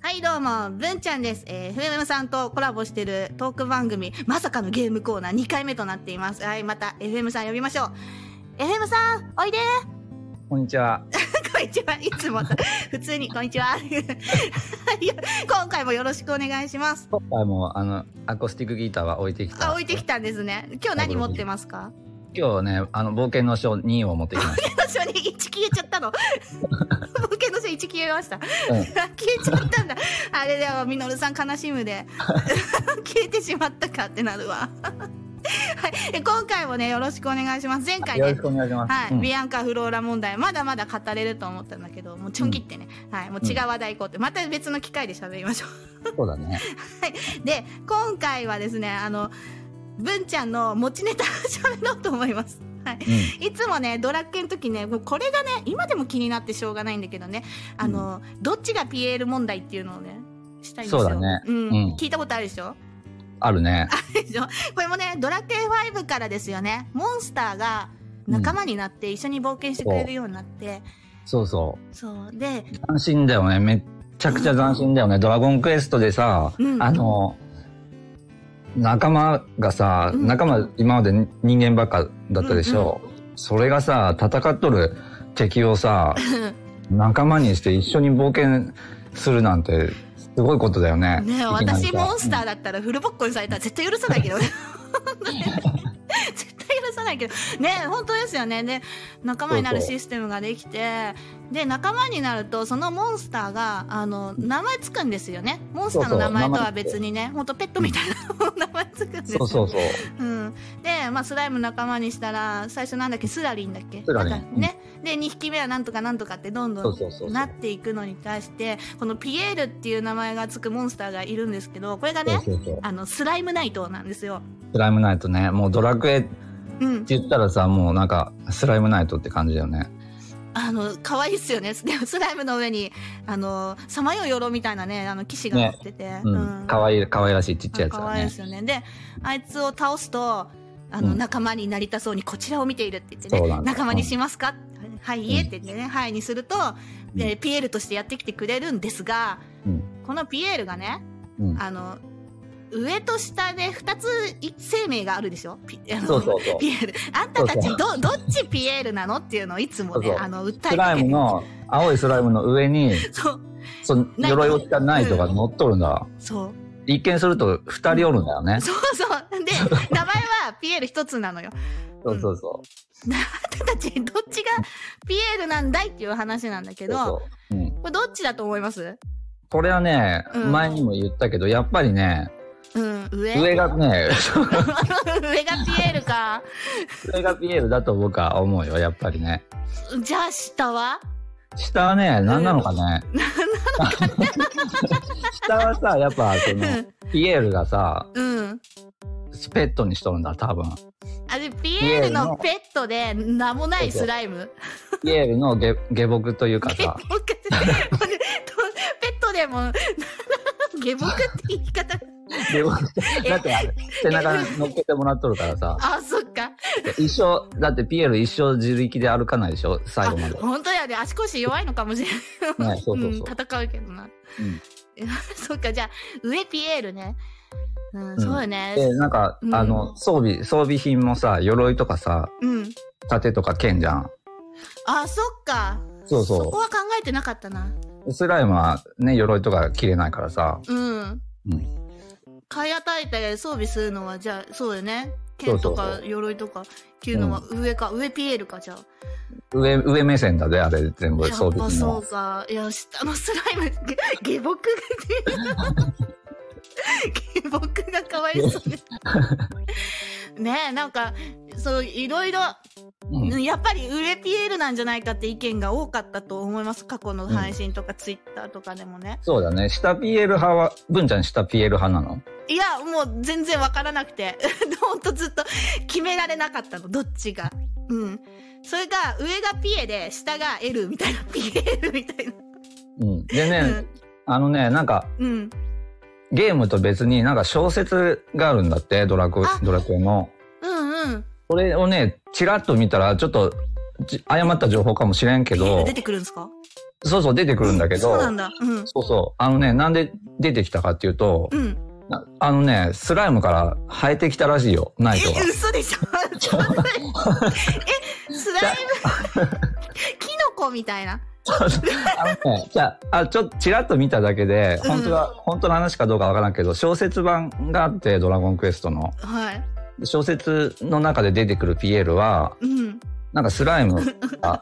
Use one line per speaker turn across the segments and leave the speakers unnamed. はいどうも文ちゃんです、えー、FM さんとコラボしてるトーク番組まさかのゲームコーナー2回目となっていますはいまた FM さん呼びましょう FM さんおいで
こんにちは
こんにちはいつも 普通にこんにちは 今回もよろしくお願いします
今回もあのアコースティックギターは置いてきた
あ置いてきたんですね今日何持ってますか
今日ね、あの冒険の書2を持ってきました。
冒険の書2、1消えちゃったの。冒険の書1消えました。うん、消えちゃったんだ。あれでは、みのるさん悲しむで。 消えてしまったかってなるわ。はい、今回もね、よろしくお願いします。前回ね、
よろしくお願いします。
はい、うん、ビアンカフローラ問題、まだまだ語れると思ったんだけど、もうちょん切ってね、うん、はい、もう違う話題行こうって、また別の機会で喋りましょ
う。そうだね。
はい、で、今回はですね、あの。文ちゃんの持ちネタ喋ろうと思います。はい、うん、いつもねドラッグの時ねもうこれがね今でも気になってしょうがないんだけどねあの、うん、どっちが PL 問題っていうのをねしたいんですよ。
そうだね、
うん、うん、聞いたことあるでしょ
あるね。
あるでしょこれもねドラケン5からですよねモンスターが仲間になって一緒に冒険してくれるようになって、
そうそう
そうで
斬新だよねめっちゃくちゃ斬新だよね、ドラゴンクエストでさ、あの仲間がさ、仲間、今まで人間ばっかだったでしょ、うんうん、それがさ、戦っとる敵 をさ、仲間にして一緒に冒険するなんて、すごいことだよね。
ね私モンスターだったらフルボッコにされたら絶対許さないけどね。絶対許さないけど。ね本当ですよね。で、仲間になるシステムができて、で、仲間になると、そのモンスターが、あの、名前つくんですよね。モンスターの名前とは別にね、ほんとペットみたいな名前つくんですよ、
ね。そうそう
そう。うん。で、まあ、スライム仲間にしたら、最初なんだっけ、スラリンだっけスラリン。ね。で、2匹目はなんとかなんとかってどんどんなっていくのに対して、このピエールっていう名前がつくモンスターがいるんですけど、これがね、あの、スライムナイトなんですよ。
スライムナイトね。もうドラクエって言ったらさ、うん、もうなんか、スライムナイトって感じだよね。
あの、可愛いっすよね。 でも、スライムの上に、あの、さまようよろみたいなね、あの、騎士が乗ってて。
可愛、ね、うん、い、可愛らしいちっちゃいやつ、ね、
可愛いですよね。で、あいつを倒すと、あの、仲間になりたそうにこちらを見ているって言ってね、うん、仲間にしますか、はい、いえってね、うん、はいにすると、で、ピエールとしてやってきてくれるんですが、このピエールがね、あの、上と下で2つ生命があるでしょピエール。あんたたちどどっちピエールなのっていうのをいつもね、そうそうあの、訴えて
スライムの、青いスライムの上に、そう。そ鎧を着たナイトが乗っとるんだ。
うん、そう。
一見すると2人おるんだよね。
そうそう。で、名前はピエール1つなのよ。。
そうそうそう
あなたたちどっちがピエールなんだいっていう話なんだけど、そうそううん、これどっちだと思います
これはね、うん、前にも言ったけど、やっぱりね、
うん、 上
上がね
上がピエールか
上がピエールだと僕は思うよやっぱりね
じゃあ下は
下はね何なのかね、
何なのかね
下はさやっぱその、ピエールがさ、うん、ペットにしとるんだ多分
あれピエールのペットで名もないスライム
ピエールの下下僕というか さ
下僕ペットでも 下僕って言い方
でも、だってあれ、背中乗っけてもらっとるからさ。
あ、そっか。
一生、だってピエロ一生自力で歩かないでしょ最後まで。
本当やで、ね、足腰弱いのかもしれない。ね、そうそうそう、うん、戦うけどな。 うん。そっか、じゃあ、上ピエールね。うん、うん、そうよね。
で、なんか、うん、あの、装備、装備品もさ、鎧とかさ、うん。盾とか剣じゃん。
あ、そっか。
そうそう。
そこは考えてなかったな。
スライムはね、鎧とか着れないからさ。
うん。うん。買い与えて装備するのはじゃあそうよね剣とか鎧とかっていうのは上か、うん、上ピエールかじゃあ
上上目線だねあれ全部
装備やっぱそうかいや下のスライム下僕が下僕がかわいそう ですねえなんかそういろいろ、うん、やっぱり上ピエールなんじゃないかって意見が多かったと思います過去の配信とかツイッターとかでもね、
うん、そうだね下ピエール派は文ちゃん下ピエール派なの
いやもう全然分からなくて ほんとずっと決められなかったのどっちがうんそれが上がピエで下がエルみたいな ピエールみたいな
うんでね、うん、あのねなんか、うん、ゲームと別になんか小説があるんだってドラクドラクエの
うんうん
これをね、ちらっと見たら、ちょっと、誤った情報かもしれんけど。
出てくるんですか
そうそう、出てくるんだけど、
そうなんだ。うん。
そうそう。あのね、なんで出てきたかっていうと、
うん。
なあのね、スライムから生えてきたらしいよ、ナイトが
え、。嘘でしょちょ っと待ってえ、スライ ム、キノコみたいな。
あのね、じゃあ、あちょっとちらっと見ただけで、
うん
本当は、本当の話かどうかわからんけど、小説版があって、ドラゴンクエストの。
はい。
小説の中で出てくるピエールは、
うん。
なんかスライム が、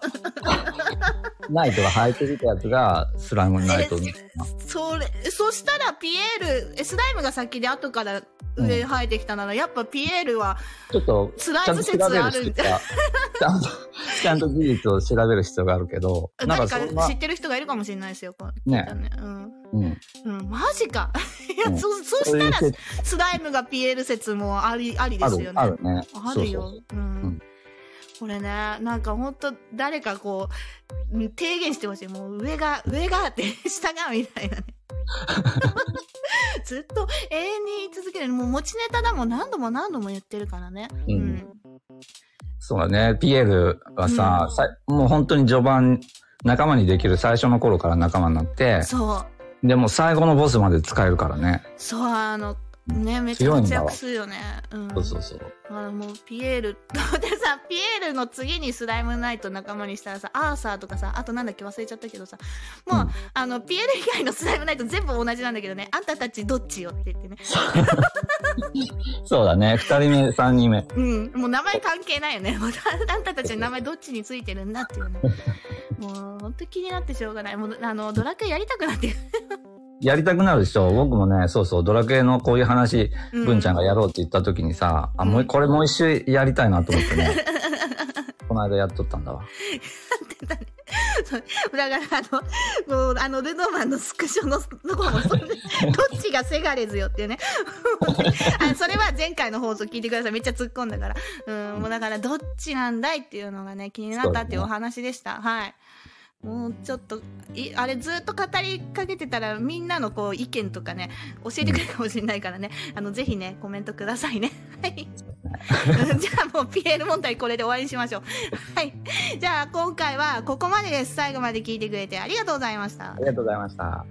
ナイトが生えてきたやつが、スライムナイトみたいな。
それ、そしたらピエール、えスライムが先で後から上生えてきたなら、やっぱピエールは
ちょっと、
スラ
ちゃ
イ
ん
ム
と調
説
べ
あ
る
るん
必
で
要が、ちゃんと、ちゃんと事実を調べる必要があるけど、なん
誰
か
か
そんな
知っ、てる人がいるかもしれないですよ、こう
ね
だね。うん。
うん。
うん、マジか。 いや、
うん
そ、そう
そういう
したら、
説
スライムがピエール説もあり、ありで
あ
すよ
る
ね。、
あるね。
あるよ。
そうそううん
ん。これね、なんかほんと、誰かこう、うん提言してほしい。もう上が、上がって、 下が、みたいなね。 ずっと永遠に言い続ける。もう持ちネタだもん。何度も何度も言ってるからね。
う
うんん。
そうだね。ピエールはさ、
うん
さもう本当に序盤、仲間にできる最初の頃から仲間になって、
そう。
でも最後のボスまで使えるからね。
そう、あの、ね、めっちゃ
強いん
活
だわ
躍するよね。うん。
そうそうそう。
だからもうピエール でさピエールの次にスライムナイト仲間にしたらさアーサーとかさあとなんだっけ忘れちゃったけどさもう、
うん
あのピエール以外のスライムナイト全部同じなんだけどねあんたたちどっちよって言ってね
そうだね。二人目、三人目。
うんもう名前関係ないよねも うあんたたちの名前どっちについてるんだっていうねもうほんと気になってしょうがないもうあのドラクエやりたくなって
やりたくなるでしょ。僕もね、そうそう、ドラクエのこういう話、
う
文ちゃんがやろうって言った時にさ、あ、も
う
う、
ん
これもう一周やりたいなと思っ てね。この間やっとったんだわ。
だからあのもうあのルノーマンのスクショのの方もそんなどっちがせがれずよっていうね あそれは前回の放送聞いてくださいめっちゃ突っ込んだからうんもうだからどっちなんだいっていうのがね気になったっていうお話でした、はいもうちょっといあれずっと語りかけてたらみんなのこう意見とかね教えてくれるかもしれないからねあのぜひねコメントくださいねはい じゃあもう PL 問題これで終わりにしましょうはいじゃあ今回はここまでです。最後まで聞いてくれてありがとうございました
あ。りがとうございました。